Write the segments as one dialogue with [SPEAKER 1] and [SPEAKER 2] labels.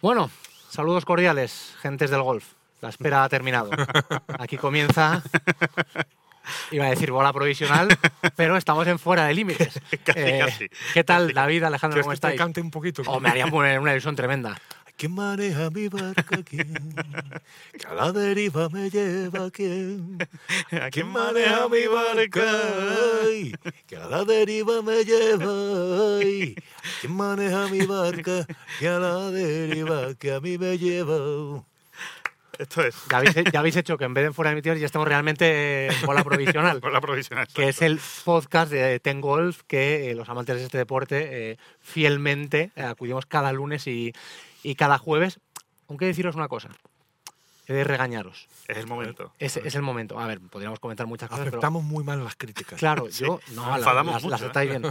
[SPEAKER 1] Bueno, saludos cordiales, gentes del golf. La espera ha terminado. Aquí comienza. Iba a decir bola provisional, pero estamos en fuera de límites. Eh,
[SPEAKER 2] Casi, casi.
[SPEAKER 1] ¿Qué tal, David, Alejandro?
[SPEAKER 3] ¿Quieres
[SPEAKER 1] ¿Cómo
[SPEAKER 3] que te
[SPEAKER 1] estáis?
[SPEAKER 3] cante un poquito?
[SPEAKER 1] Oh, me haría una una ilusión tremenda.
[SPEAKER 3] ¿Quién maneja mi barca quién? Que a la deriva me lleva quién?
[SPEAKER 2] ¿A
[SPEAKER 3] ¿Quién maneja mi barca? Ay, Que a la deriva me lleva. Ay, ¿Quién maneja mi barca? Que a la deriva que a mí me lleva.
[SPEAKER 2] Esto es
[SPEAKER 1] Ya habéis, ya habéis hecho que en vez de en fuera de límites ya estamos realmente en bola provisional.
[SPEAKER 2] bola provisional.
[SPEAKER 1] que es el podcast de Ten Golf que eh, los amantes de este deporte eh, fielmente eh, acudimos cada lunes y, y cada jueves. Aunque deciros una cosa, he de regañaros.
[SPEAKER 2] Es el momento.
[SPEAKER 1] Es, es el momento. A ver, podríamos comentar muchas cosas, pero
[SPEAKER 3] Aceptamos muy mal las críticas.
[SPEAKER 1] claro,
[SPEAKER 2] Sí.
[SPEAKER 1] yo no,
[SPEAKER 2] Nos
[SPEAKER 1] la-
[SPEAKER 2] enfadamos
[SPEAKER 1] las,
[SPEAKER 2] mucho,
[SPEAKER 1] las
[SPEAKER 2] ¿eh?
[SPEAKER 1] aceptáis bien.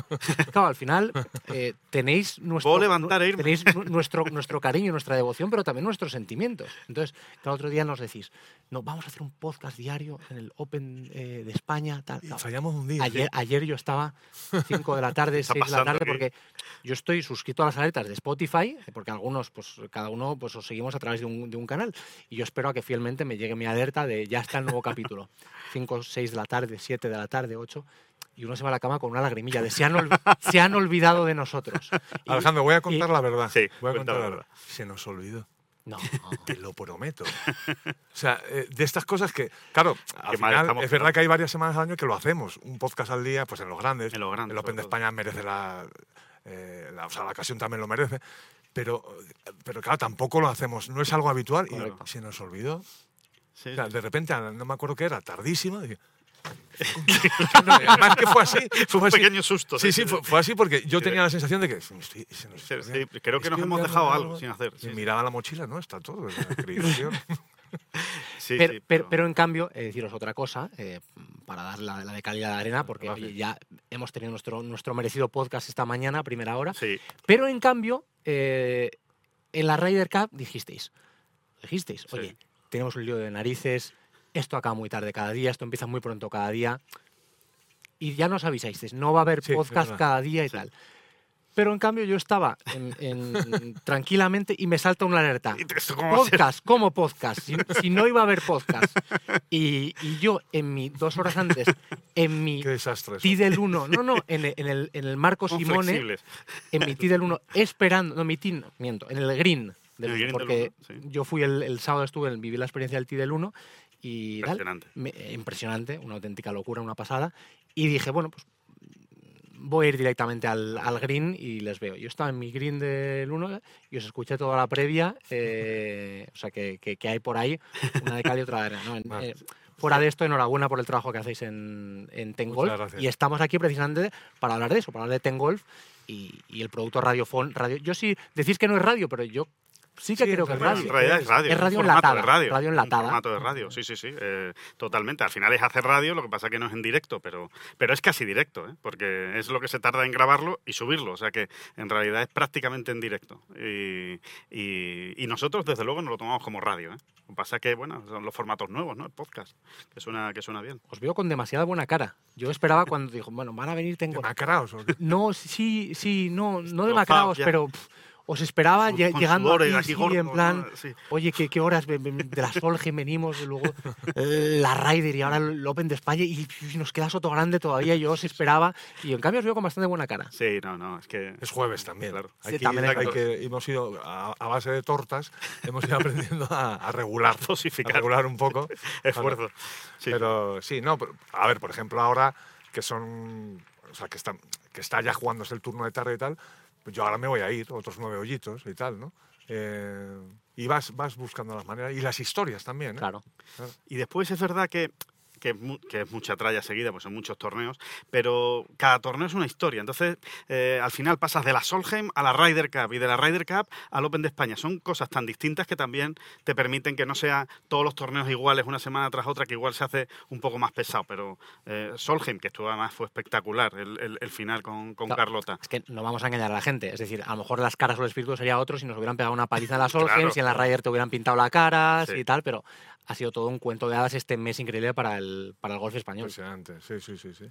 [SPEAKER 1] Claro, al final eh, tenéis nuestro
[SPEAKER 2] Puedo levantar e irme.
[SPEAKER 1] tenéis nu- nuestro nuestro cariño, nuestra devoción, pero también nuestros sentimientos. Entonces, cada otro día nos decís, no, vamos a hacer un podcast diario en el Open eh, de España, tal,
[SPEAKER 3] Y
[SPEAKER 1] tal.
[SPEAKER 3] fallamos un día.
[SPEAKER 1] Ayer, ayer yo estaba 5 de la tarde,
[SPEAKER 2] Está
[SPEAKER 1] 6 de la
[SPEAKER 2] pasando
[SPEAKER 1] tarde,
[SPEAKER 2] aquí.
[SPEAKER 1] porque yo estoy suscrito a las alertas de Spotify, porque algunos, pues cada uno, pues os seguimos a través de un, de un canal. Y yo espero a que fielmente me llegue mi alerta de ya está el nuevo capítulo. 5, 6 de la tarde, 7 de la tarde, 8. Y uno se va a la cama con una lagrimilla de se han, ol- se han olvidado de nosotros. Y-
[SPEAKER 3] Alejandro, voy a contar la verdad.
[SPEAKER 2] Sí,
[SPEAKER 3] voy a
[SPEAKER 2] cuenta
[SPEAKER 3] contar
[SPEAKER 2] la
[SPEAKER 3] la
[SPEAKER 2] verdad.
[SPEAKER 3] verdad. Se nos olvidó.
[SPEAKER 1] no,
[SPEAKER 3] Te lo prometo. O sea, eh, de estas cosas que, claro, al
[SPEAKER 2] mal
[SPEAKER 3] final
[SPEAKER 2] estamos,
[SPEAKER 3] es verdad
[SPEAKER 2] pero-
[SPEAKER 3] que hay varias semanas al año que lo hacemos. Un podcast al día, pues en los grandes.
[SPEAKER 2] En los grandes,
[SPEAKER 3] El Open de
[SPEAKER 2] sobre todo.
[SPEAKER 3] España merece la, eh, la- O sea, la ocasión también lo merece. Pero, pero claro, tampoco lo hacemos. No es algo habitual
[SPEAKER 1] Correcto.
[SPEAKER 3] y se nos olvidó.
[SPEAKER 2] Sí,
[SPEAKER 3] O sea, de repente, a- no me acuerdo qué era, tardísima. dije, "No, y además que fue así. Fue
[SPEAKER 2] Un
[SPEAKER 3] así.
[SPEAKER 2] pequeño susto.
[SPEAKER 3] Pues Sí, sí, fue, Pues fue así porque yo
[SPEAKER 2] Sí.
[SPEAKER 3] tenía la sensación de que se nos- se nos-
[SPEAKER 2] Sí, sí, creo que
[SPEAKER 3] Estoy
[SPEAKER 2] nos hemos
[SPEAKER 3] olvidando
[SPEAKER 2] dejado
[SPEAKER 3] de
[SPEAKER 2] algo sin hacer.
[SPEAKER 3] Y
[SPEAKER 2] Sí,
[SPEAKER 3] miraba la mochila, ¿no? Está todo. es una acreditación.
[SPEAKER 2] sí,
[SPEAKER 1] pero,
[SPEAKER 2] sí,
[SPEAKER 1] pero- pero en cambio, eh, deciros otra cosa, eh, para dar la, la de calidad de arena, porque
[SPEAKER 2] Gracias.
[SPEAKER 1] oye, ya hemos tenido nuestro, nuestro merecido podcast esta mañana, a primera hora.
[SPEAKER 2] Sí,
[SPEAKER 1] Pero en cambio, eh, en la Ryder Cup dijisteis, dijisteis,
[SPEAKER 2] Sí.
[SPEAKER 1] oye, tenemos un lío de narices, esto acaba muy tarde cada día, esto empieza muy pronto cada día. Y ya nos avisáis, no va a haber
[SPEAKER 3] Sí, es
[SPEAKER 1] podcast
[SPEAKER 3] verdad.
[SPEAKER 1] cada día y tal. Pero en cambio yo estaba en- en- tranquilamente y me salta una alerta.
[SPEAKER 2] ¿Y esto cómo va a ser?
[SPEAKER 1] Podcast, ¿cómo podcast? Si, si no iba a haber podcast. Y, y yo en mi, dos horas antes, en mi
[SPEAKER 3] Qué desastre. eso.
[SPEAKER 1] Tidel 1, no, no, en el, en el, en el Marco
[SPEAKER 2] Somos
[SPEAKER 1] Simone,
[SPEAKER 2] flexibles.
[SPEAKER 1] en mi del 1, esperando, no, mi tin, miento, en el green del
[SPEAKER 2] El
[SPEAKER 1] uno,
[SPEAKER 2] green del
[SPEAKER 1] porque
[SPEAKER 2] uno, sí.
[SPEAKER 1] yo fui el, el sábado, estuve, en- viví la experiencia del ti del 1 y tal.
[SPEAKER 2] Impresionante.
[SPEAKER 1] Me- eh, impresionante, una auténtica locura, una pasada. Y dije, bueno, pues mm, voy a ir directamente al, al green y les veo. Yo estaba en mi green del 1 y os escuché toda la previa, eh, o sea, que, que- que hay por ahí una de cal y otra de arena. ¿no? En-
[SPEAKER 3] Vale.
[SPEAKER 1] eh, fuera de esto, enhorabuena por el trabajo que hacéis en, en Ten
[SPEAKER 3] Muchas
[SPEAKER 1] Golf.
[SPEAKER 3] gracias.
[SPEAKER 1] Y estamos aquí precisamente para hablar de eso, para hablar de Ten Golf y, y el producto radiofón. Radio. Yo sí, decís que no es radio, pero yo sí que
[SPEAKER 3] Sí,
[SPEAKER 1] creo
[SPEAKER 3] es
[SPEAKER 1] que es radio. ¿eh?
[SPEAKER 3] radio,
[SPEAKER 2] En realidad es radio.
[SPEAKER 1] Es radio
[SPEAKER 2] un formato de
[SPEAKER 1] enlatada,
[SPEAKER 2] radio.
[SPEAKER 1] radio
[SPEAKER 2] un
[SPEAKER 1] enlatada.
[SPEAKER 2] formato de radio, sí, sí, sí. eh, totalmente. Al final es hacer radio, lo que pasa que no es en directo, pero, pero es casi directo, ¿eh? porque es lo que se tarda en grabarlo y subirlo. O sea que en realidad es prácticamente en directo. Y, y- y nosotros, desde luego, no lo tomamos como radio. ¿eh? Lo que pasa que, bueno, son los formatos nuevos, ¿no? El podcast, que suena, que suena bien.
[SPEAKER 1] Os veo con demasiada buena cara. Yo esperaba cuando dijo, bueno, van a venir Ten Golf.
[SPEAKER 3] Demacrados, Ah, ¿o qué?
[SPEAKER 1] No, sí, sí, no, no
[SPEAKER 2] Los
[SPEAKER 1] de macraos,
[SPEAKER 2] pubs ya.
[SPEAKER 1] pero pff, os esperaba
[SPEAKER 2] Con-
[SPEAKER 1] lle-
[SPEAKER 2] con
[SPEAKER 1] Ah, llegando
[SPEAKER 2] sudores
[SPEAKER 1] aquí,
[SPEAKER 2] aquí
[SPEAKER 1] sí,
[SPEAKER 2] gordos,
[SPEAKER 1] en
[SPEAKER 2] ¿no?
[SPEAKER 1] plan,
[SPEAKER 2] Sí.
[SPEAKER 1] oye, ¿qué, qué horas Ve- ve- de la Solgen venimos? Luego eh, la Ryder y ahora el Open de España y, y nos queda Soto Grande todavía. Yo os esperaba y en cambio os veo con bastante buena cara.
[SPEAKER 2] Sí, no, no, es que...
[SPEAKER 3] Es jueves también.
[SPEAKER 2] Claro.
[SPEAKER 3] Aquí
[SPEAKER 1] Sí, también es
[SPEAKER 3] hay
[SPEAKER 1] verdad.
[SPEAKER 3] que, hemos ido a, a base de tortas, hemos ido aprendiendo a, a regular,
[SPEAKER 2] A dosificar.
[SPEAKER 3] a regular un poco.
[SPEAKER 2] Esfuerzo. Sí.
[SPEAKER 3] Pero sí, no, pero- a ver, por ejemplo, ahora que son, o sea, que están, que está ya jugándose el turno de tarde y tal, pues yo ahora me voy a ir, otros nueve hoyitos y tal, ¿no? Eh, y vas, vas buscando las maneras y las historias también, ¿eh?
[SPEAKER 1] Claro.
[SPEAKER 2] Y después es verdad que, que, es mu- que es mucha tralla seguida, pues son muchos torneos, pero cada torneo es una historia. Entonces, eh, al final pasas de la Solheim a la Ryder Cup y de la Ryder Cup al Open de España. Son cosas tan distintas que también te permiten que no sean todos los torneos iguales una semana tras otra, que igual se hace un poco más pesado. Pero eh, Solheim, que estuvo además, fue espectacular el, el- el final con, con
[SPEAKER 1] Claro.
[SPEAKER 2] Carlota.
[SPEAKER 1] Es que no vamos a engañar a la gente. Es decir, a lo mejor las caras o el espíritu sería otro si nos hubieran pegado una paliza en la Solgen,
[SPEAKER 2] Claro.
[SPEAKER 1] si en la Ryder te hubieran pintado la cara
[SPEAKER 2] Sí.
[SPEAKER 1] y tal, pero ha sido todo un cuento de hadas este mes increíble para el, para el golf español.
[SPEAKER 3] Impresionante, sí, sí, sí, sí.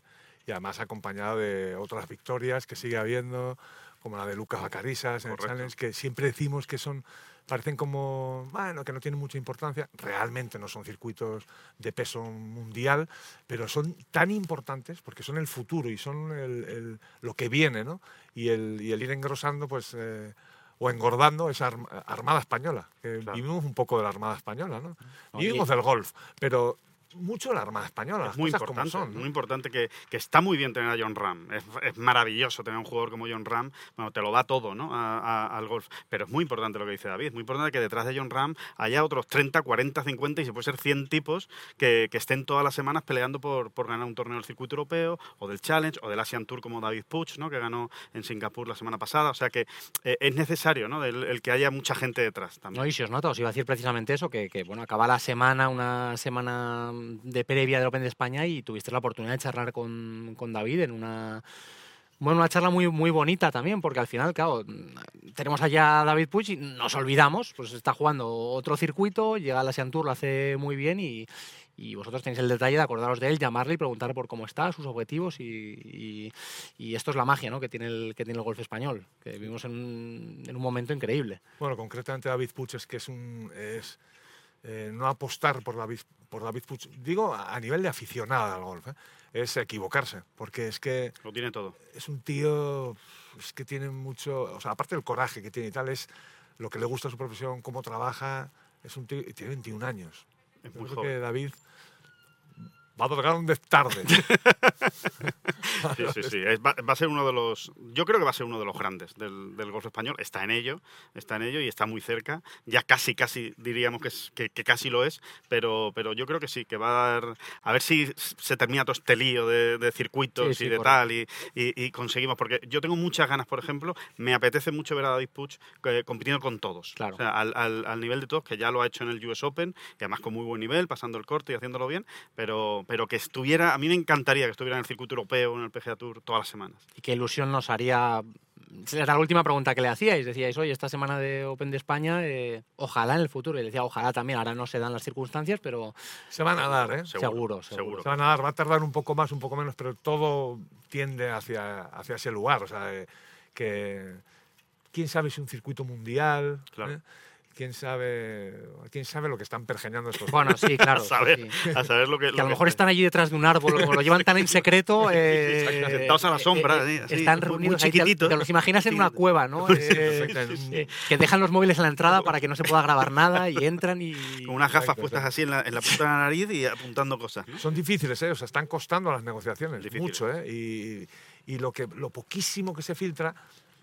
[SPEAKER 3] Y además acompañado de otras victorias que sigue habiendo, como la de Lucas Bacarisas en el
[SPEAKER 2] Correcto.
[SPEAKER 3] Challenge, que siempre decimos que son, parecen como, bueno, que no tienen mucha importancia. Realmente no son circuitos de peso mundial, pero son tan importantes porque son el futuro y son el- el- lo que viene, ¿no? Y el, y el ir engrosando, pues... eh, o engordando esa arm- Armada Española. que
[SPEAKER 2] Claro.
[SPEAKER 3] Vivimos un poco de la Armada Española, ¿no?
[SPEAKER 1] No, y-
[SPEAKER 3] Vivimos del golf, pero mucho la Armada Española.
[SPEAKER 2] Es
[SPEAKER 3] Ah, las
[SPEAKER 2] muy
[SPEAKER 3] cosas
[SPEAKER 2] importante,
[SPEAKER 3] como son. ¿no?
[SPEAKER 2] muy importante que, que está muy bien tener a John Ram. Es, es maravilloso tener un jugador como John Ram. Bueno, te lo da todo ¿no? A- a- al golf. Pero es muy importante lo que dice David. Es muy importante que detrás de John Ram haya otros 30, 40, 50 y se puede ser 100 tipos que, que estén todas las semanas peleando por, por ganar un torneo del circuito europeo o del Challenge o del Asian Tour como David Puch, ¿no? que ganó en Singapur la semana pasada. O sea que eh, es necesario ¿no? el, el que haya mucha gente detrás también.
[SPEAKER 1] No, y si os nota, os iba a decir precisamente eso, que, que, bueno, acaba la semana, una semana de previa del Open de España y tuviste la oportunidad de charlar con, con David en una... Bueno, una charla muy, muy bonita también, porque al final, claro, tenemos allá a David Puig y nos olvidamos, pues está jugando otro circuito, llega a la Sean Tour, lo hace muy bien y, y vosotros tenéis el detalle de acordaros de él, llamarle y preguntar por cómo está, sus objetivos y, y- y esto es la magia ¿no? que, tiene el, que tiene el golf español, que vivimos en un- en un momento increíble.
[SPEAKER 3] Bueno, concretamente David Puch es que es un es eh, no apostar por David por David Puch. Digo a a nivel de aficionado al golf, ¿eh? es equivocarse, porque es que
[SPEAKER 2] Lo tiene todo.
[SPEAKER 3] es un tío es que tiene mucho, o sea, aparte del coraje que tiene y tal es lo que le gusta su profesión, cómo trabaja, es un tío y tiene 21 años.
[SPEAKER 2] Es
[SPEAKER 3] Yo
[SPEAKER 2] muy
[SPEAKER 3] creo
[SPEAKER 2] joven.
[SPEAKER 3] que David va a otorgar un destarde.
[SPEAKER 2] Sí, sí, sí. Es- va, va a ser uno de los. Yo creo que va a ser uno de los grandes del, del golf español. Está en ello, está en ello y está muy cerca. Ya casi, casi diríamos que, es- que, que casi lo es, pero, pero yo creo que sí, que va a dar. A ver si se termina todo este lío de, de circuitos
[SPEAKER 1] Sí, sí,
[SPEAKER 2] y de
[SPEAKER 1] correcto.
[SPEAKER 2] tal y, y- y conseguimos. Porque yo tengo muchas ganas, por ejemplo, me apetece mucho ver a David Puch eh, compitiendo con todos.
[SPEAKER 1] Claro.
[SPEAKER 2] O sea, al, al- al nivel de todos, que ya lo ha hecho en el US Open, y además con muy buen nivel, pasando el corte y haciéndolo bien, pero, pero que estuviera, a mí me encantaría que estuviera en el circuito europeo, en el PGA Tour, todas las semanas.
[SPEAKER 1] ¿Y qué ilusión nos haría? Era la última pregunta que le hacíais. Decíais, oye, esta semana de Open de España, eh, ojalá en el futuro. Y decía, ojalá también. Ahora no se dan las circunstancias, pero
[SPEAKER 3] Se van a dar, ¿eh?
[SPEAKER 1] Seguro,
[SPEAKER 2] seguro.
[SPEAKER 3] Se van a dar, va a tardar un poco más, un poco menos, pero todo tiende hacia, hacia ese lugar. O sea, eh, que quién sabe si un circuito mundial,
[SPEAKER 2] Claro.
[SPEAKER 3] ¿eh? quién sabe, quién sabe lo que están pergeñando estos.
[SPEAKER 1] bueno, sí, claro.
[SPEAKER 2] Pues A saber,
[SPEAKER 1] sí.
[SPEAKER 2] a saber lo que.
[SPEAKER 1] Que a lo mejor están allí detrás de un árbol, como lo llevan tan en secreto. eh,
[SPEAKER 2] exacto, sentados a la sombra, eh, sí, así,
[SPEAKER 1] están
[SPEAKER 2] muy- muy
[SPEAKER 1] reunidos ahí, te-
[SPEAKER 2] chiquititos.
[SPEAKER 1] Te, los imaginas en una
[SPEAKER 2] Chiquititos.
[SPEAKER 1] cueva, ¿no?
[SPEAKER 3] Sí,
[SPEAKER 1] Eh,
[SPEAKER 3] perfecto, en
[SPEAKER 1] eh, que dejan los móviles en la entrada para que no se pueda grabar nada y entran y.
[SPEAKER 2] Con unas gafas
[SPEAKER 3] Exacto,
[SPEAKER 2] puestas
[SPEAKER 3] exacto.
[SPEAKER 2] así en la, en la punta de la nariz y apuntando cosas.
[SPEAKER 3] un- Son difíciles, ¿eh? O sea, están costando las negociaciones
[SPEAKER 2] Difíciles.
[SPEAKER 3] mucho, ¿eh? Y, y lo, que, lo poquísimo que se filtra,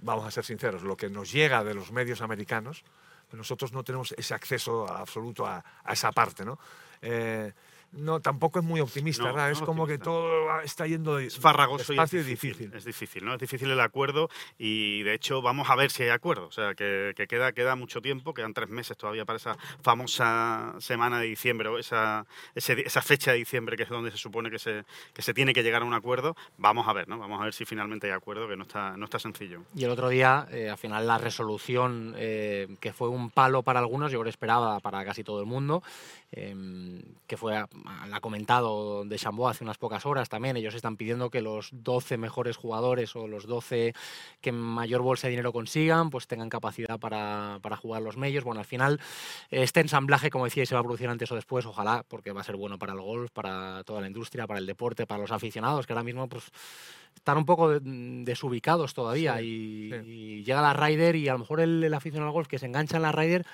[SPEAKER 3] vamos a ser sinceros, lo que nos llega de los medios americanos, nosotros no tenemos ese acceso absoluto a, a esa parte, ¿no? Eh, no, tampoco es muy optimista,
[SPEAKER 2] No,
[SPEAKER 3] ¿verdad?
[SPEAKER 2] no
[SPEAKER 3] es
[SPEAKER 2] es
[SPEAKER 3] como que
[SPEAKER 2] optimista.
[SPEAKER 3] todo va- está yendo de-
[SPEAKER 2] Es farragoso y es
[SPEAKER 3] despacio y
[SPEAKER 2] difícil,
[SPEAKER 3] difícil.
[SPEAKER 2] Es difícil, ¿no? Es difícil el acuerdo y de hecho vamos a ver si hay acuerdo. O sea, que, que queda, queda mucho tiempo, quedan tres meses todavía para esa famosa semana de diciembre o esa, ese di- esa fecha de diciembre que es donde se supone que se, que se tiene que llegar a un acuerdo. Vamos a ver, ¿no? Vamos a ver si finalmente hay acuerdo, que no está, no está sencillo.
[SPEAKER 1] Y el otro día, eh, al final, la resolución, eh, que fue un palo para algunos, yo creo que esperaba para casi todo el mundo, eh, que fue, a- a- la ha comentado de Chambó hace unas pocas horas también, ellos están pidiendo que los 12 mejores jugadores o los 12 que mayor bolsa de dinero consigan, pues tengan capacidad para, para jugar los medios. Bueno, al final, este ensamblaje, como decía, se va a producir antes o después, ojalá, porque va a ser bueno para el golf, para toda la industria, para el deporte, para los aficionados, que ahora mismo, pues, están un poco de- desubicados todavía
[SPEAKER 3] Sí,
[SPEAKER 1] y,
[SPEAKER 3] sí.
[SPEAKER 1] y llega la Ryder y a lo mejor el, el aficionado al golf que se engancha en la Ryder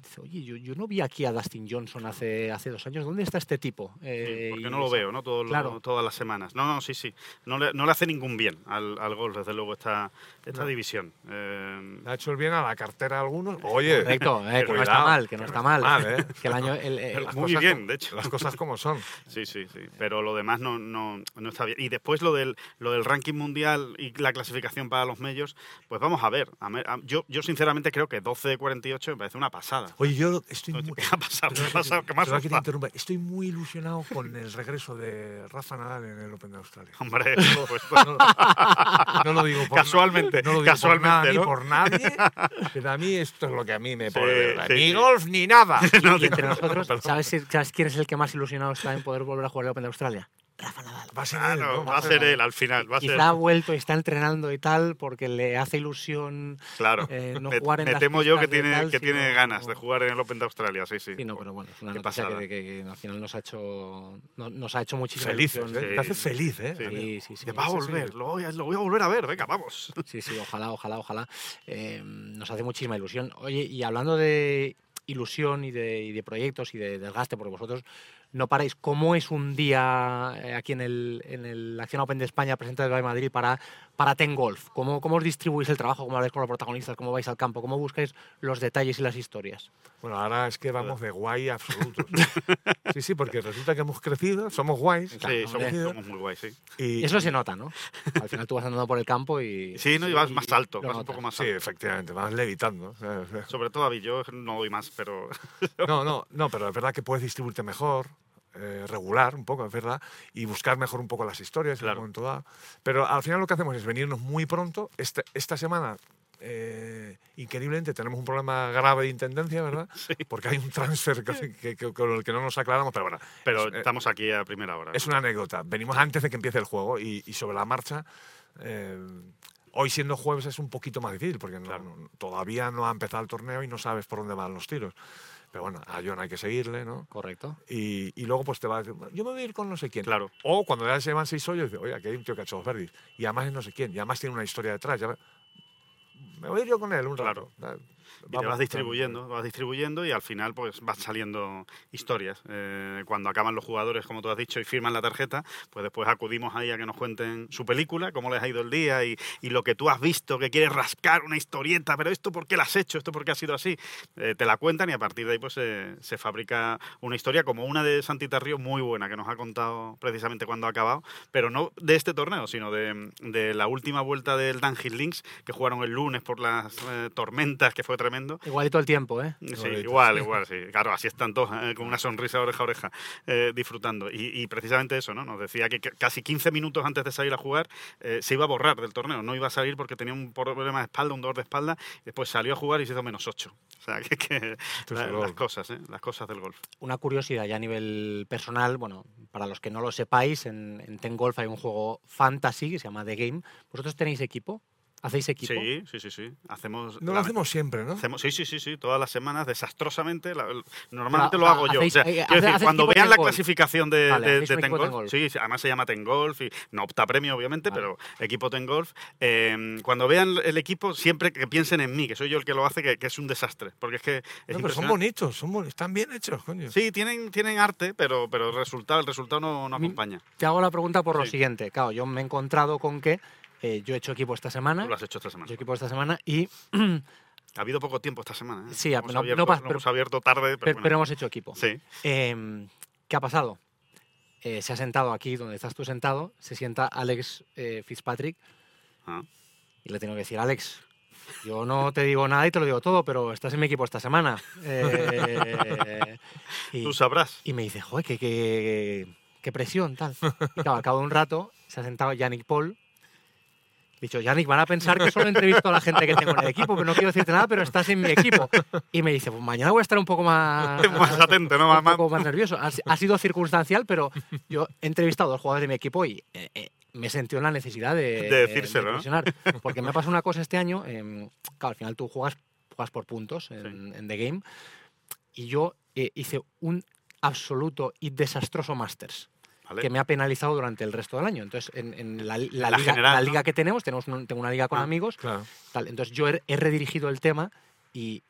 [SPEAKER 1] dice, oye, yo, yo no vi aquí a Dustin Johnson hace, hace dos años, ¿dónde está este tipo? Eh,
[SPEAKER 2] Porque
[SPEAKER 1] y
[SPEAKER 2] no lo
[SPEAKER 1] esa-
[SPEAKER 2] veo, ¿no? Todo lo-
[SPEAKER 1] Claro.
[SPEAKER 2] Todas las semanas. No, no, sí, sí. No le, no le hace ningún bien al, al gol, desde luego, esta, esta
[SPEAKER 3] No.
[SPEAKER 2] división. Eh,
[SPEAKER 3] Le ha hecho el bien a la cartera a algunos. Oye,
[SPEAKER 1] Correcto, eh, que no está
[SPEAKER 3] cuidado,
[SPEAKER 1] mal, que no está mal.
[SPEAKER 3] mal, ¿eh?
[SPEAKER 1] Que el año, el- el-
[SPEAKER 3] las
[SPEAKER 2] muy
[SPEAKER 3] cosas
[SPEAKER 2] bien,
[SPEAKER 3] como-
[SPEAKER 2] de hecho.
[SPEAKER 3] Las cosas como son.
[SPEAKER 2] Sí, sí, sí.
[SPEAKER 1] Eh,
[SPEAKER 2] Pero lo demás no, no, no está bien. Y después lo del, lo del ranking mundial y la clasificación para los medios, pues vamos a ver. A me- a- yo, yo sinceramente creo que 12 de 48 me parece una pasada. nada.
[SPEAKER 3] Oye, yo estoy
[SPEAKER 2] No te
[SPEAKER 3] muy...
[SPEAKER 2] deja pasar,
[SPEAKER 3] Perdona
[SPEAKER 2] te
[SPEAKER 3] que te-
[SPEAKER 2] pasa, que más
[SPEAKER 3] perdona que te
[SPEAKER 2] asustado.
[SPEAKER 3] interrumpa. Estoy muy ilusionado con el regreso de Rafa Nadal en el Open de Australia.
[SPEAKER 2] Hombre, por supuesto.
[SPEAKER 3] Pues No, no lo digo por
[SPEAKER 2] Casualmente,
[SPEAKER 3] no lo digo
[SPEAKER 2] casualmente, ¿no?
[SPEAKER 3] por nada, ni por nadie, pero a mí esto es lo que a mí me
[SPEAKER 2] Sí,
[SPEAKER 3] pone. ¿verdad?
[SPEAKER 2] sí,
[SPEAKER 3] ni
[SPEAKER 2] sí.
[SPEAKER 3] golf ni nada.
[SPEAKER 1] Y entre nosotros, ¿sabes, si- sabes quién es el que más ilusionado está en poder volver a jugar el Open de Australia? Rafa Nadal.
[SPEAKER 3] Va a ser él,
[SPEAKER 2] Claro,
[SPEAKER 3] ¿no?
[SPEAKER 2] va a ser él al final, va a ser.
[SPEAKER 1] Quizá ha vuelto y está entrenando y tal porque le hace ilusión.
[SPEAKER 2] Claro.
[SPEAKER 1] eh, no
[SPEAKER 2] me,
[SPEAKER 1] jugar en
[SPEAKER 2] me
[SPEAKER 1] las
[SPEAKER 2] temo yo que
[SPEAKER 1] pistas de
[SPEAKER 2] tiene,
[SPEAKER 1] tal,
[SPEAKER 2] que
[SPEAKER 1] sino-
[SPEAKER 2] tiene ganas de jugar en el Open de Australia, sí, sí.
[SPEAKER 1] Sí, no, pero bueno, es una
[SPEAKER 2] Qué
[SPEAKER 1] noticia
[SPEAKER 2] pasada.
[SPEAKER 1] que, que- que al final nos ha hecho, no- nos ha hecho muchísima
[SPEAKER 3] Felices,
[SPEAKER 1] ilusión.
[SPEAKER 3] ¿eh?
[SPEAKER 2] Sí.
[SPEAKER 3] Te hace feliz, ¿eh?
[SPEAKER 2] Sí.
[SPEAKER 1] Sí, sí, sí.
[SPEAKER 2] Que va a
[SPEAKER 1] Sí, sí,
[SPEAKER 2] volver, lo voy a, lo voy a volver a ver, venga, vamos.
[SPEAKER 1] Sí, sí, ojalá, ojalá, ojalá. Eh, nos hace muchísima ilusión. Oye, y hablando de ilusión y de, y de proyectos y de desgaste, porque vosotros no paráis, ¿cómo es un día eh, aquí en el, en el Acción Open de España presentado de Madrid para, para Ten Golf? ¿Cómo, ¿Cómo os distribuís el trabajo? ¿Cómo habláis con los protagonistas? ¿Cómo vais al campo? ¿Cómo buscáis los detalles y las historias?
[SPEAKER 3] Bueno, ahora es que vamos de guay absolutos. Sí, sí, porque resulta que hemos crecido, somos guays.
[SPEAKER 2] Sí, somos,
[SPEAKER 1] hombre.
[SPEAKER 2] somos muy guay, sí.
[SPEAKER 3] Y,
[SPEAKER 1] Eso se nota, ¿no? Al final tú vas andando por el campo y...
[SPEAKER 2] Sí, no, y vas más alto,
[SPEAKER 1] lo
[SPEAKER 2] vas un
[SPEAKER 1] notas.
[SPEAKER 2] poco más
[SPEAKER 3] Sí,
[SPEAKER 2] alto.
[SPEAKER 3] efectivamente, vas levitando. ¿sabes?
[SPEAKER 2] Sobre todo a mí, yo no doy más, pero
[SPEAKER 3] No, no, no, pero es verdad que puedes distribuirte mejor, eh, regular un poco, es verdad, y buscar mejor un poco las historias en
[SPEAKER 2] Claro.
[SPEAKER 3] un momento dado. Pero al final lo que hacemos es venirnos muy pronto. Esta, esta semana, eh, increíblemente, tenemos un problema grave de intendencia, ¿verdad? Porque hay un transfer que- que- que- con el que no nos aclaramos, pero bueno,
[SPEAKER 2] pero
[SPEAKER 3] es, eh,
[SPEAKER 2] estamos aquí a primera hora.
[SPEAKER 3] es una anécdota. Venimos antes de que empiece el juego y, y sobre la marcha. eh, hoy siendo jueves es un poquito más difícil porque no-
[SPEAKER 2] Claro.
[SPEAKER 3] no- todavía no ha empezado el torneo y no sabes por dónde van los tiros. Pero bueno, a John hay que seguirle, ¿no?
[SPEAKER 1] Correcto.
[SPEAKER 3] Y, y luego pues te vas, yo me voy a ir con no sé quién.
[SPEAKER 2] Claro.
[SPEAKER 3] O cuando ya se llevan seis hoyos, dices, oye, aquí hay un tío que ha hecho dos birdies. Y además es no sé quién, y además tiene una historia detrás. ya va- me voy a ir yo con él un rato.
[SPEAKER 2] Claro.
[SPEAKER 3] Claro.
[SPEAKER 2] Y te
[SPEAKER 3] ¿eh?
[SPEAKER 2] vas distribuyendo, vas distribuyendo y al final pues vas saliendo historias. Eh, cuando acaban los jugadores, como tú has dicho, y firman la tarjeta, pues después acudimos ahí a que nos cuenten su película, cómo les ha ido el día y, y lo que tú has visto, que quieres rascar una historieta, pero esto por qué la has hecho, esto por qué ha sido así. Eh, te la cuentan y a partir de ahí pues eh, se fabrica una historia como una de Santita Río muy buena que nos ha contado precisamente cuando ha acabado, pero no de este torneo, sino de, de la última vuelta del Dungeon Links que jugaron el lunes por las eh, tormentas, que fue tremendo.
[SPEAKER 1] Igualito el tiempo, ¿eh?
[SPEAKER 2] Sí,
[SPEAKER 3] Igualito.
[SPEAKER 2] igual, igual, sí. Claro, así están todos eh, con una sonrisa oreja a oreja eh, disfrutando. Y, y precisamente eso, ¿no? Nos decía que ca- casi 15 minutos antes de salir a jugar eh, se iba a borrar del torneo. No iba a salir porque tenía un problema de espalda, un dolor de espalda. y después salió a jugar y se hizo menos 8. O sea, que, que
[SPEAKER 3] Esto es
[SPEAKER 2] la-
[SPEAKER 3] el
[SPEAKER 2] las
[SPEAKER 3] golf.
[SPEAKER 2] cosas, ¿eh? Las cosas del golf.
[SPEAKER 1] una curiosidad ya a nivel personal, bueno, para los que no lo sepáis, en, en Ten Golf hay un juego fantasy que se llama The Game. ¿Vosotros tenéis equipo? ¿Hacéis equipo?
[SPEAKER 2] Sí, sí, sí, sí. Hacemos...
[SPEAKER 3] No lo
[SPEAKER 2] la-
[SPEAKER 3] hacemos siempre, ¿no?
[SPEAKER 2] hacemos- sí, sí, sí, sí, todas las semanas, desastrosamente. la- el- normalmente
[SPEAKER 1] o
[SPEAKER 2] lo
[SPEAKER 1] sea,
[SPEAKER 2] hago yo.
[SPEAKER 1] hacéis-
[SPEAKER 2] o sea,
[SPEAKER 1] eh,
[SPEAKER 2] quiero
[SPEAKER 1] hace-
[SPEAKER 2] decir,
[SPEAKER 1] hacéis
[SPEAKER 2] cuando
[SPEAKER 1] tipo
[SPEAKER 2] vean la
[SPEAKER 1] Tengolf.
[SPEAKER 2] clasificación de,
[SPEAKER 1] Vale,
[SPEAKER 2] de-
[SPEAKER 1] hacéis
[SPEAKER 2] de
[SPEAKER 1] un
[SPEAKER 2] Ten
[SPEAKER 1] equipo
[SPEAKER 2] Golf,
[SPEAKER 1] Tengolf.
[SPEAKER 2] sí, sí, además se llama Ten Golf y no opta premio, obviamente,
[SPEAKER 1] Vale.
[SPEAKER 2] pero equipo Ten Golf. eh, cuando vean el equipo, siempre que piensen en mí, que soy yo el que lo hace, que, que es un desastre. Porque es que. es
[SPEAKER 3] No, pero son
[SPEAKER 2] impresionante.
[SPEAKER 3] bonitos, son boni- están bien hechos, coño.
[SPEAKER 2] Sí, tienen, tienen arte, pero, pero el resultado, el resultado no, no
[SPEAKER 1] A mí-
[SPEAKER 2] acompaña.
[SPEAKER 1] Te hago la pregunta por lo
[SPEAKER 2] Sí.
[SPEAKER 1] siguiente. Claro, yo me he encontrado con que eh, yo he hecho equipo esta semana.
[SPEAKER 2] Tú lo has hecho esta semana.
[SPEAKER 1] Yo he equipo esta semana y
[SPEAKER 2] Ha habido poco tiempo esta semana. ¿eh?
[SPEAKER 1] Sí, ah,
[SPEAKER 2] Hemos
[SPEAKER 1] no- no
[SPEAKER 2] abierto,
[SPEAKER 1] pas-
[SPEAKER 2] lo hemos abierto tarde, pero,
[SPEAKER 1] pero,
[SPEAKER 2] bueno.
[SPEAKER 1] pero hemos hecho equipo.
[SPEAKER 2] Sí,
[SPEAKER 1] Em, ¿Qué ha pasado? Eh, se ha sentado aquí donde estás tú sentado, se sienta Alex eh, Fitzpatrick
[SPEAKER 2] Ah.
[SPEAKER 1] y le tengo que decir, Alex, yo no te digo nada y te lo digo todo, pero estás en mi equipo esta semana. Eh, y,
[SPEAKER 2] tú sabrás.
[SPEAKER 1] y me dice, joder, qué, qué- qué presión, tal. Y claro, al cabo de un rato se ha sentado Yannick Paul. He dicho, Yannick, van a pensar que solo entrevisto a la gente que tengo en el equipo, pero no quiero decirte nada, pero estás en mi equipo. Y me dice, pues mañana voy a estar un poco más,
[SPEAKER 2] Más atento, ¿no?
[SPEAKER 1] un
[SPEAKER 2] Más-
[SPEAKER 1] poco más nervioso. Ha, si- ha sido circunstancial, pero yo he entrevistado a dos jugadores de mi equipo y eh, eh, me sentí en la necesidad de,
[SPEAKER 2] De decírselo, ¿no?
[SPEAKER 1] presionar. Porque me ha pasado una cosa este año. em, claro, al final tú juegas, juegas por puntos en, en The Game. Y yo eh, hice un absoluto y desastroso Masters
[SPEAKER 2] ¿vale?
[SPEAKER 1] que me ha penalizado durante el resto del año. Entonces, en, en la, li- la
[SPEAKER 2] La
[SPEAKER 1] liga,
[SPEAKER 2] general,
[SPEAKER 1] la
[SPEAKER 2] ¿no?
[SPEAKER 1] liga que tenemos, tenemos un- tengo una liga con
[SPEAKER 2] Ah.
[SPEAKER 1] amigos,
[SPEAKER 3] Claro.
[SPEAKER 1] tal. Entonces, yo he, he redirigido el tema y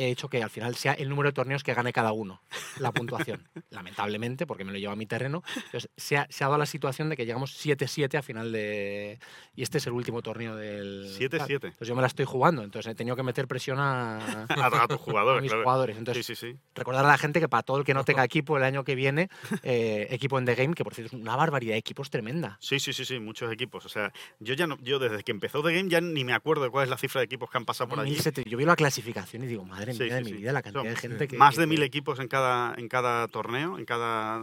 [SPEAKER 1] he hecho que al final sea el número de torneos que gane cada uno, la puntuación. Lamentablemente, porque me lo lleva a mi terreno. Entonces, se ha, se ha dado la situación de que llegamos 7-7 a final de... Y este es el último torneo del... tal.
[SPEAKER 2] 7-7.
[SPEAKER 1] Entonces, yo me la estoy jugando. Entonces, he tenido que meter presión a, a
[SPEAKER 2] A, a tus jugadores,
[SPEAKER 1] mis
[SPEAKER 2] claro.
[SPEAKER 1] jugadores. Entonces,
[SPEAKER 2] sí, sí, sí.
[SPEAKER 1] recordar a la gente que para todo el que no tenga equipo el año que viene, eh, equipo en The Game, que por cierto es una barbaridad de equipos tremenda.
[SPEAKER 2] Sí, sí, sí, sí, muchos equipos. O sea, yo ya no, yo desde que empezó The Game ya ni me acuerdo de cuál es la cifra de equipos que han pasado por allí.
[SPEAKER 1] 1007. Yo vi la clasificación y digo, madre madre
[SPEAKER 2] Sí,
[SPEAKER 1] mía de
[SPEAKER 2] sí,
[SPEAKER 1] mi
[SPEAKER 2] sí.
[SPEAKER 1] vida, la cantidad
[SPEAKER 2] Son
[SPEAKER 1] de gente que.
[SPEAKER 2] Más
[SPEAKER 1] que-
[SPEAKER 2] de mil equipos en cada, en cada torneo, en cada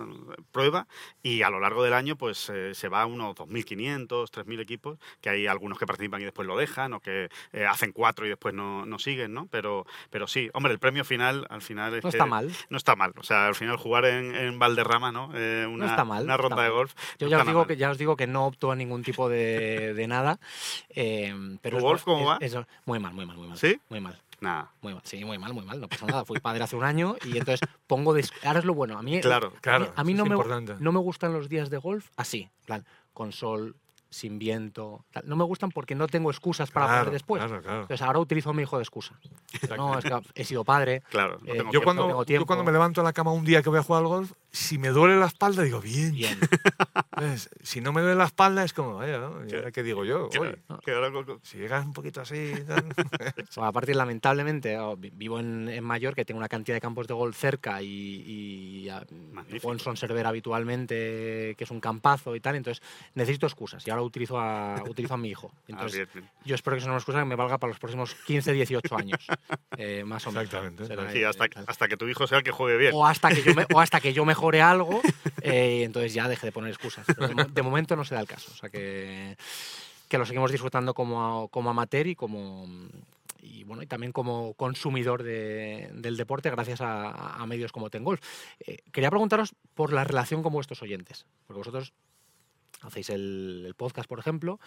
[SPEAKER 2] prueba, y a lo largo del año pues eh, se va a unos 2.500, 3.000 equipos, que hay algunos que participan y después lo dejan, o que eh, hacen cuatro y después no, no siguen, ¿no? Pero, pero sí, hombre, el premio final al final es
[SPEAKER 1] No
[SPEAKER 2] que-
[SPEAKER 1] está mal.
[SPEAKER 2] No está mal, o sea, al final jugar en, en Valderrama, ¿no? Eh, una,
[SPEAKER 1] está mal,
[SPEAKER 2] una
[SPEAKER 1] está
[SPEAKER 2] ronda de
[SPEAKER 1] mal.
[SPEAKER 2] golf.
[SPEAKER 1] Yo
[SPEAKER 2] no
[SPEAKER 1] ya
[SPEAKER 2] está
[SPEAKER 1] os, digo
[SPEAKER 2] nada
[SPEAKER 1] que,
[SPEAKER 2] mal.
[SPEAKER 1] ya os digo que no opto a ningún tipo de, de nada. eh, pero
[SPEAKER 2] ¿Tu
[SPEAKER 1] es-
[SPEAKER 2] golf cómo
[SPEAKER 1] es-
[SPEAKER 2] va?
[SPEAKER 1] es- muy mal, muy mal, muy mal.
[SPEAKER 2] ¿Sí?
[SPEAKER 1] Muy mal.
[SPEAKER 2] Nada,
[SPEAKER 1] Muy mal, sí, muy mal, muy mal. No pasa nada. Fui padre hace un año y entonces pongo. des- Ahora es lo bueno. A mí,
[SPEAKER 2] claro.
[SPEAKER 3] Claro,
[SPEAKER 1] a mí
[SPEAKER 3] eso
[SPEAKER 1] no,
[SPEAKER 3] es
[SPEAKER 1] me,
[SPEAKER 3] importante.
[SPEAKER 1] no me gustan los días de golf así. en plan, con sol, sin viento. tal. No me gustan porque no tengo excusas para
[SPEAKER 3] Claro,
[SPEAKER 1] poner después.
[SPEAKER 3] claro, claro.
[SPEAKER 1] Entonces ahora utilizo a mi hijo de excusa. No, es que he sido padre.
[SPEAKER 2] Claro, no
[SPEAKER 1] Eh,
[SPEAKER 2] tengo
[SPEAKER 3] Yo
[SPEAKER 2] tiempo.
[SPEAKER 1] tengo
[SPEAKER 3] cuando, yo
[SPEAKER 1] tiempo.
[SPEAKER 3] cuando me levanto a la cama un día que voy a jugar al golf, si me duele la espalda, digo, bien.
[SPEAKER 1] Bien.
[SPEAKER 3] ¿Ves? Si no me duele la espalda, es como, vaya, ¿no? ¿Y
[SPEAKER 2] Claro.
[SPEAKER 3] ahora qué digo yo?
[SPEAKER 2] Que-
[SPEAKER 3] Oye,
[SPEAKER 2] que ahora con-
[SPEAKER 3] si llegas un poquito así, tal.
[SPEAKER 1] Bueno, aparte, lamentablemente, oh, vi- vivo en, en Mallorca, que tengo una cantidad de campos de golf cerca y, y a-
[SPEAKER 2] Magnífico.
[SPEAKER 1] juego en Son Cervera habitualmente, que es un campazo y tal. Entonces, necesito excusas y ahora utilizo a, utilizo a mi hijo. Entonces,
[SPEAKER 2] Ah, bien,
[SPEAKER 1] yo espero que sea una excusa que me valga para los próximos 15, 18 años, eh, más o menos.
[SPEAKER 3] Exactamente.
[SPEAKER 1] Será,
[SPEAKER 2] sí,
[SPEAKER 1] eh,
[SPEAKER 2] hasta,
[SPEAKER 1] tal.
[SPEAKER 2] hasta que tu hijo sea el que juegue bien.
[SPEAKER 1] o hasta que yo me- o hasta que yo mejore algo eh, y entonces ya deje de poner excusas Pero de, mo- de momento no se da el caso o sea que que lo seguimos disfrutando como, como amateur y como y bueno y también como consumidor de- del deporte gracias a, a medios como Tengolf Eh, quería preguntaros por la relación con vuestros oyentes porque vosotros hacéis el, el podcast por ejemplo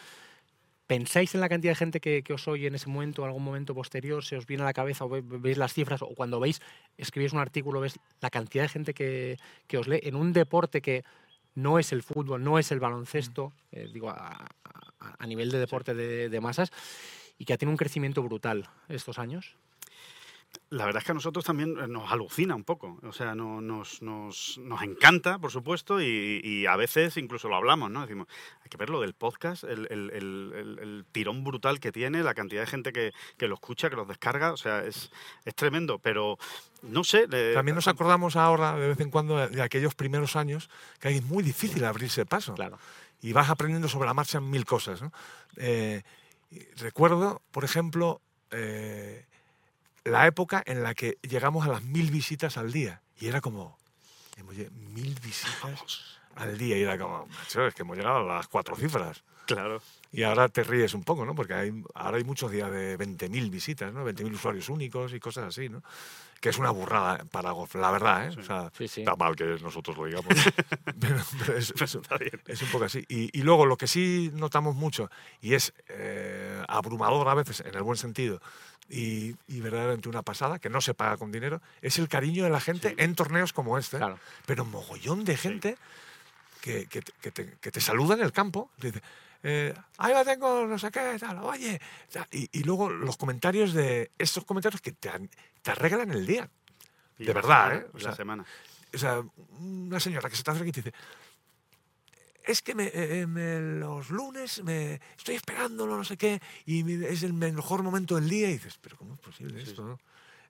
[SPEAKER 1] ¿Pensáis en la cantidad de gente que, que os oye en ese momento, algún momento posterior? ¿Se os viene a la cabeza o ve- veis las cifras? ¿O cuando veis escribís un artículo, ves la cantidad de gente que, que os lee en un deporte que no es el fútbol, no es el baloncesto, eh, digo, a, a- a nivel de deporte de, de masas, y que ha tenido un crecimiento brutal estos años.
[SPEAKER 2] La verdad es que a nosotros también eh, nos alucina un poco, o sea, no- nos, nos- nos encanta, por supuesto, y, y a veces incluso lo hablamos, ¿no? Decimos, hay que ver lo del podcast, el, el- el- el- el tirón brutal que tiene, la cantidad de gente que, que lo escucha, que los descarga, o sea, es, es tremendo, pero no sé... eh,
[SPEAKER 3] También nos acordamos ahora, de vez en cuando, de aquellos primeros años que es muy difícil abrirse paso.
[SPEAKER 1] Claro.
[SPEAKER 3] y vas aprendiendo sobre la marcha mil cosas. ¿no? Eh, y recuerdo, por ejemplo, eh, la época en la que llegamos a las mil visitas al día y era como, hemos lle- mil visitas al día y era como, macho, es que hemos llegado a las cuatro cifras.
[SPEAKER 2] Claro,
[SPEAKER 3] Y ahora te ríes un poco, ¿no? Porque hay, ahora hay muchos días de 20.000 visitas, ¿no? 20.000 usuarios únicos y cosas así, ¿no? Que es una burrada para golf, la verdad, ¿eh? O sea,
[SPEAKER 1] Sí, sí.
[SPEAKER 3] está mal que nosotros lo digamos. pero, pero es, es-
[SPEAKER 2] está bien.
[SPEAKER 3] es un poco así. Y, y luego lo que sí notamos mucho, y es eh, abrumador a veces, en el buen sentido, y, y verdaderamente una pasada, que no se paga con dinero, es el cariño de la gente
[SPEAKER 2] Sí.
[SPEAKER 3] en torneos como
[SPEAKER 2] ¿eh?
[SPEAKER 3] este.
[SPEAKER 1] Claro.
[SPEAKER 3] Pero mogollón de gente que, que te- que te, que te saluda en el campo. te dice, eh, ahí la tengo, no sé qué, tal, oye. tal, Y, y luego los comentarios de estos comentarios que te, an- te arreglan el día.
[SPEAKER 2] Y la
[SPEAKER 3] De verdad,
[SPEAKER 2] semana,
[SPEAKER 3] ¿eh? O
[SPEAKER 2] La
[SPEAKER 3] sea,
[SPEAKER 2] semana.
[SPEAKER 3] o sea, una señora que se te acerca y te dice, es que me, eh, eh, me- los lunes me estoy esperándolo, no sé qué, y me- es el mejor momento del día. Y dices, pero ¿cómo es posible
[SPEAKER 2] Sí,
[SPEAKER 3] esto? no?".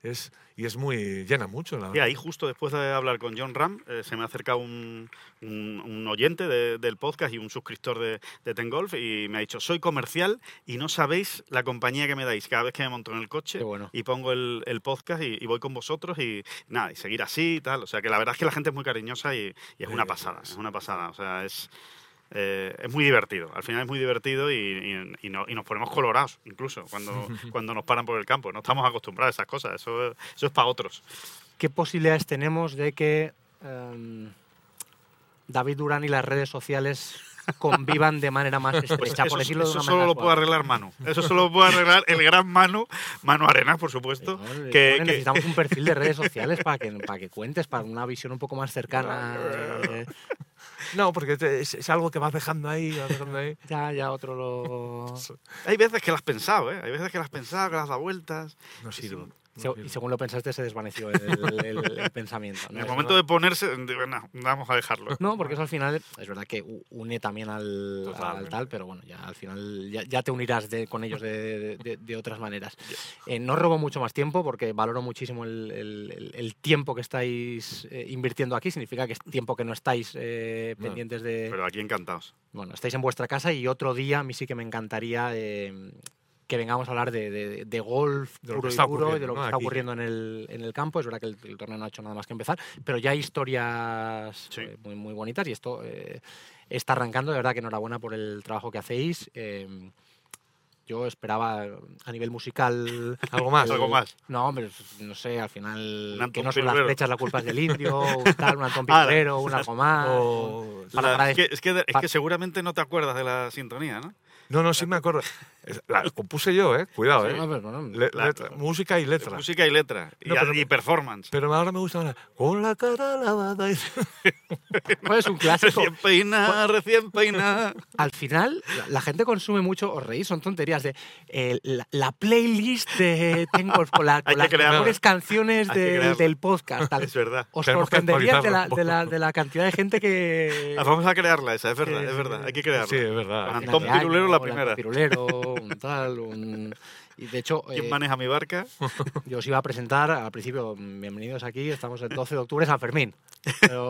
[SPEAKER 3] Es, y es muy, llena mucho, la
[SPEAKER 2] Y ahí, justo después de hablar con John Ram, eh, se me acerca un, un- un oyente de- del podcast y un suscriptor de, de Ten Golf y me ha dicho, soy comercial y no sabéis la compañía que me dais cada vez que me monto en el coche
[SPEAKER 1] Qué bueno.
[SPEAKER 2] y pongo el, el podcast y, y voy con vosotros y nada, y seguir así y tal. O sea, que la verdad es que la gente es muy cariñosa y, y es
[SPEAKER 3] Sí,
[SPEAKER 2] una
[SPEAKER 3] sí,
[SPEAKER 2] pasada,
[SPEAKER 3] sí.
[SPEAKER 2] es una pasada. O sea, es... eh, es muy divertido, al final es muy divertido y, y- y no- y nos ponemos colorados incluso cuando, cuando nos paran por el campo. No estamos acostumbrados a esas cosas, eso, eso es para otros.
[SPEAKER 1] ¿Qué posibilidades tenemos de que em, David Durán y las redes sociales convivan de manera más estrecha,
[SPEAKER 2] Pues eso,
[SPEAKER 1] por decirlo de
[SPEAKER 2] eso
[SPEAKER 1] una
[SPEAKER 2] solo
[SPEAKER 1] manera
[SPEAKER 2] lo puede
[SPEAKER 1] suave?
[SPEAKER 2] arreglar Manu. Eso solo lo puede arreglar el gran Manu, Manu Arenas, por supuesto.
[SPEAKER 1] Señor, eh,
[SPEAKER 2] que,
[SPEAKER 1] Juan,
[SPEAKER 2] que-
[SPEAKER 1] necesitamos un perfil de redes sociales para que, para que cuentes, para una visión un poco más cercana. eh,
[SPEAKER 3] No, porque te- es, es algo que vas dejando ahí, vas dejando ahí.
[SPEAKER 1] ya, ya otro lo...
[SPEAKER 2] hay veces que las has pensado, ¿eh? Hay veces que las has pensado, que las has dado vueltas.
[SPEAKER 3] No
[SPEAKER 2] Sí, sí.
[SPEAKER 3] sirve.
[SPEAKER 1] Se- y según lo pensaste, se desvaneció el, el- el pensamiento.
[SPEAKER 2] En
[SPEAKER 1] ¿no?
[SPEAKER 2] el
[SPEAKER 1] Es
[SPEAKER 2] momento de ponerse, digo, no, vamos a dejarlo.
[SPEAKER 1] no, porque eso al final es verdad que u- une también al, al
[SPEAKER 3] Totalmente.
[SPEAKER 1] tal, pero bueno, ya al final ya, ya te unirás de- con ellos de, de- de otras maneras. Eh, no robo mucho más tiempo porque valoro muchísimo el, el- el- el tiempo que estáis eh, invirtiendo aquí. Significa que es tiempo que no estáis eh,
[SPEAKER 3] No,
[SPEAKER 1] pendientes de...
[SPEAKER 2] Pero aquí encantados.
[SPEAKER 1] Bueno, estáis en vuestra casa y otro día a mí sí que me encantaría eh, que vengamos a hablar de, de- de golf
[SPEAKER 3] De lo que
[SPEAKER 1] puro y
[SPEAKER 3] está
[SPEAKER 1] duro y de
[SPEAKER 3] ocurriendo,
[SPEAKER 1] lo que
[SPEAKER 3] ¿no?
[SPEAKER 1] está
[SPEAKER 3] Aquí.
[SPEAKER 1] ocurriendo en el, en el campo. Es verdad que el, el torneo no ha hecho nada más que empezar, pero ya hay historias
[SPEAKER 2] Sí.
[SPEAKER 1] eh, muy, muy bonitas y esto eh, está arrancando. De verdad que enhorabuena por el trabajo que hacéis. Eh, yo esperaba a nivel musical
[SPEAKER 3] Algo más.
[SPEAKER 1] el-
[SPEAKER 2] Algo más.
[SPEAKER 1] No, hombre, no sé, al final
[SPEAKER 2] Un Antón
[SPEAKER 1] que no son las
[SPEAKER 2] Pilibrero.
[SPEAKER 1] flechas la culpa es del indio, un tal, un Antón
[SPEAKER 2] Ah, la-
[SPEAKER 1] Pitrero, un algo más. un-
[SPEAKER 3] O-
[SPEAKER 1] Para-
[SPEAKER 2] La-
[SPEAKER 1] para
[SPEAKER 2] es, que, es que- es
[SPEAKER 1] pa-
[SPEAKER 2] que seguramente no te acuerdas de la sintonía, ¿no?
[SPEAKER 3] No, no, sí me acuerdo. Es- La compuse yo, ¿eh? Cuidado,
[SPEAKER 1] Sí,
[SPEAKER 3] ¿eh?
[SPEAKER 1] no, pero bueno,
[SPEAKER 3] Le-
[SPEAKER 2] la-
[SPEAKER 3] letra- música y letra.
[SPEAKER 2] Música y letra. Y,
[SPEAKER 3] No, pero-
[SPEAKER 2] y performance.
[SPEAKER 3] Pero ahora me gusta ahora. Con la cara lavada. y-
[SPEAKER 1] es un clásico.
[SPEAKER 2] Recién peinada, recién peinada.
[SPEAKER 1] Al final, la, la gente consume mucho, os reís, son tonterías de eh, la, la playlist de Tengo con, la- con
[SPEAKER 2] Hay que
[SPEAKER 1] las
[SPEAKER 2] crearla.
[SPEAKER 1] mejores canciones
[SPEAKER 2] Hay que
[SPEAKER 1] del-
[SPEAKER 2] crearla.
[SPEAKER 1] del podcast. tal.
[SPEAKER 2] Es verdad.
[SPEAKER 1] Os
[SPEAKER 3] Tenemos que
[SPEAKER 1] sorprenderías de la,
[SPEAKER 3] actualizarlo.
[SPEAKER 1] de, la, de la cantidad de gente que.
[SPEAKER 2] Ah, Vamos a crearla esa, es verdad,
[SPEAKER 1] Eh, Sí,
[SPEAKER 2] es
[SPEAKER 1] sí,
[SPEAKER 2] verdad.
[SPEAKER 1] sí.
[SPEAKER 2] Hay que crearla.
[SPEAKER 3] Sí, es verdad.
[SPEAKER 2] Con
[SPEAKER 1] Ana
[SPEAKER 2] Antón
[SPEAKER 1] de Año,
[SPEAKER 2] Pirulero la
[SPEAKER 1] el Antón
[SPEAKER 2] primera.
[SPEAKER 1] Pirulero, un tal, un. Y de hecho,
[SPEAKER 2] ¿Quién
[SPEAKER 1] eh,
[SPEAKER 2] maneja mi barca?
[SPEAKER 1] Yo os iba a presentar al principio, mm, bienvenidos aquí, estamos el 12 de octubre San Fermín. Pero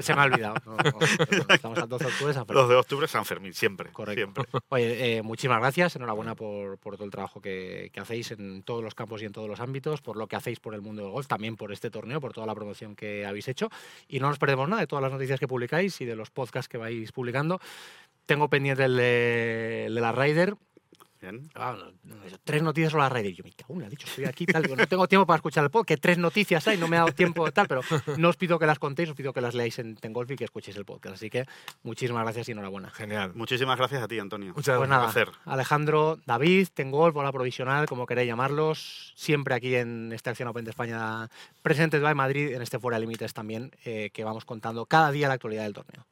[SPEAKER 1] se me ha olvidado. no, no, pero estamos al 12 de octubre San Fermín.
[SPEAKER 2] Los de octubre San Fermín, siempre.
[SPEAKER 1] Correcto.
[SPEAKER 2] siempre.
[SPEAKER 1] Oye, eh, muchísimas gracias, enhorabuena por, por todo el trabajo que, que hacéis en todos los campos y en todos los ámbitos, por lo que hacéis por el mundo del golf, también por este torneo, por toda la promoción que habéis hecho. Y no nos perdemos nada de todas las noticias que publicáis y de los podcasts que vais publicando. Tengo pendiente el de, el de la Ryder,
[SPEAKER 2] Bien.
[SPEAKER 1] Ah, no, no, eso, tres noticias sobre la radio. Yo me cago en la dicho, estoy aquí tal. digo, no tengo tiempo para escuchar el podcast, que tres noticias hay, no me ha dado tiempo de tal, pero no os pido que las contéis, os pido que las leáis en Tengolfi y que escuchéis el podcast. Así que muchísimas gracias y enhorabuena.
[SPEAKER 3] Genial.
[SPEAKER 2] Muchísimas gracias a ti, Antonio.
[SPEAKER 3] Muchas
[SPEAKER 1] Pues
[SPEAKER 3] gracias.
[SPEAKER 1] nada,
[SPEAKER 2] placer.
[SPEAKER 1] Alejandro, David, Tengolf, Bola Provisional, como queráis llamarlos, siempre aquí en esta acción Open de este España presentes by Madrid, en este Fuera de Límites también, eh, que vamos contando cada día la actualidad del torneo.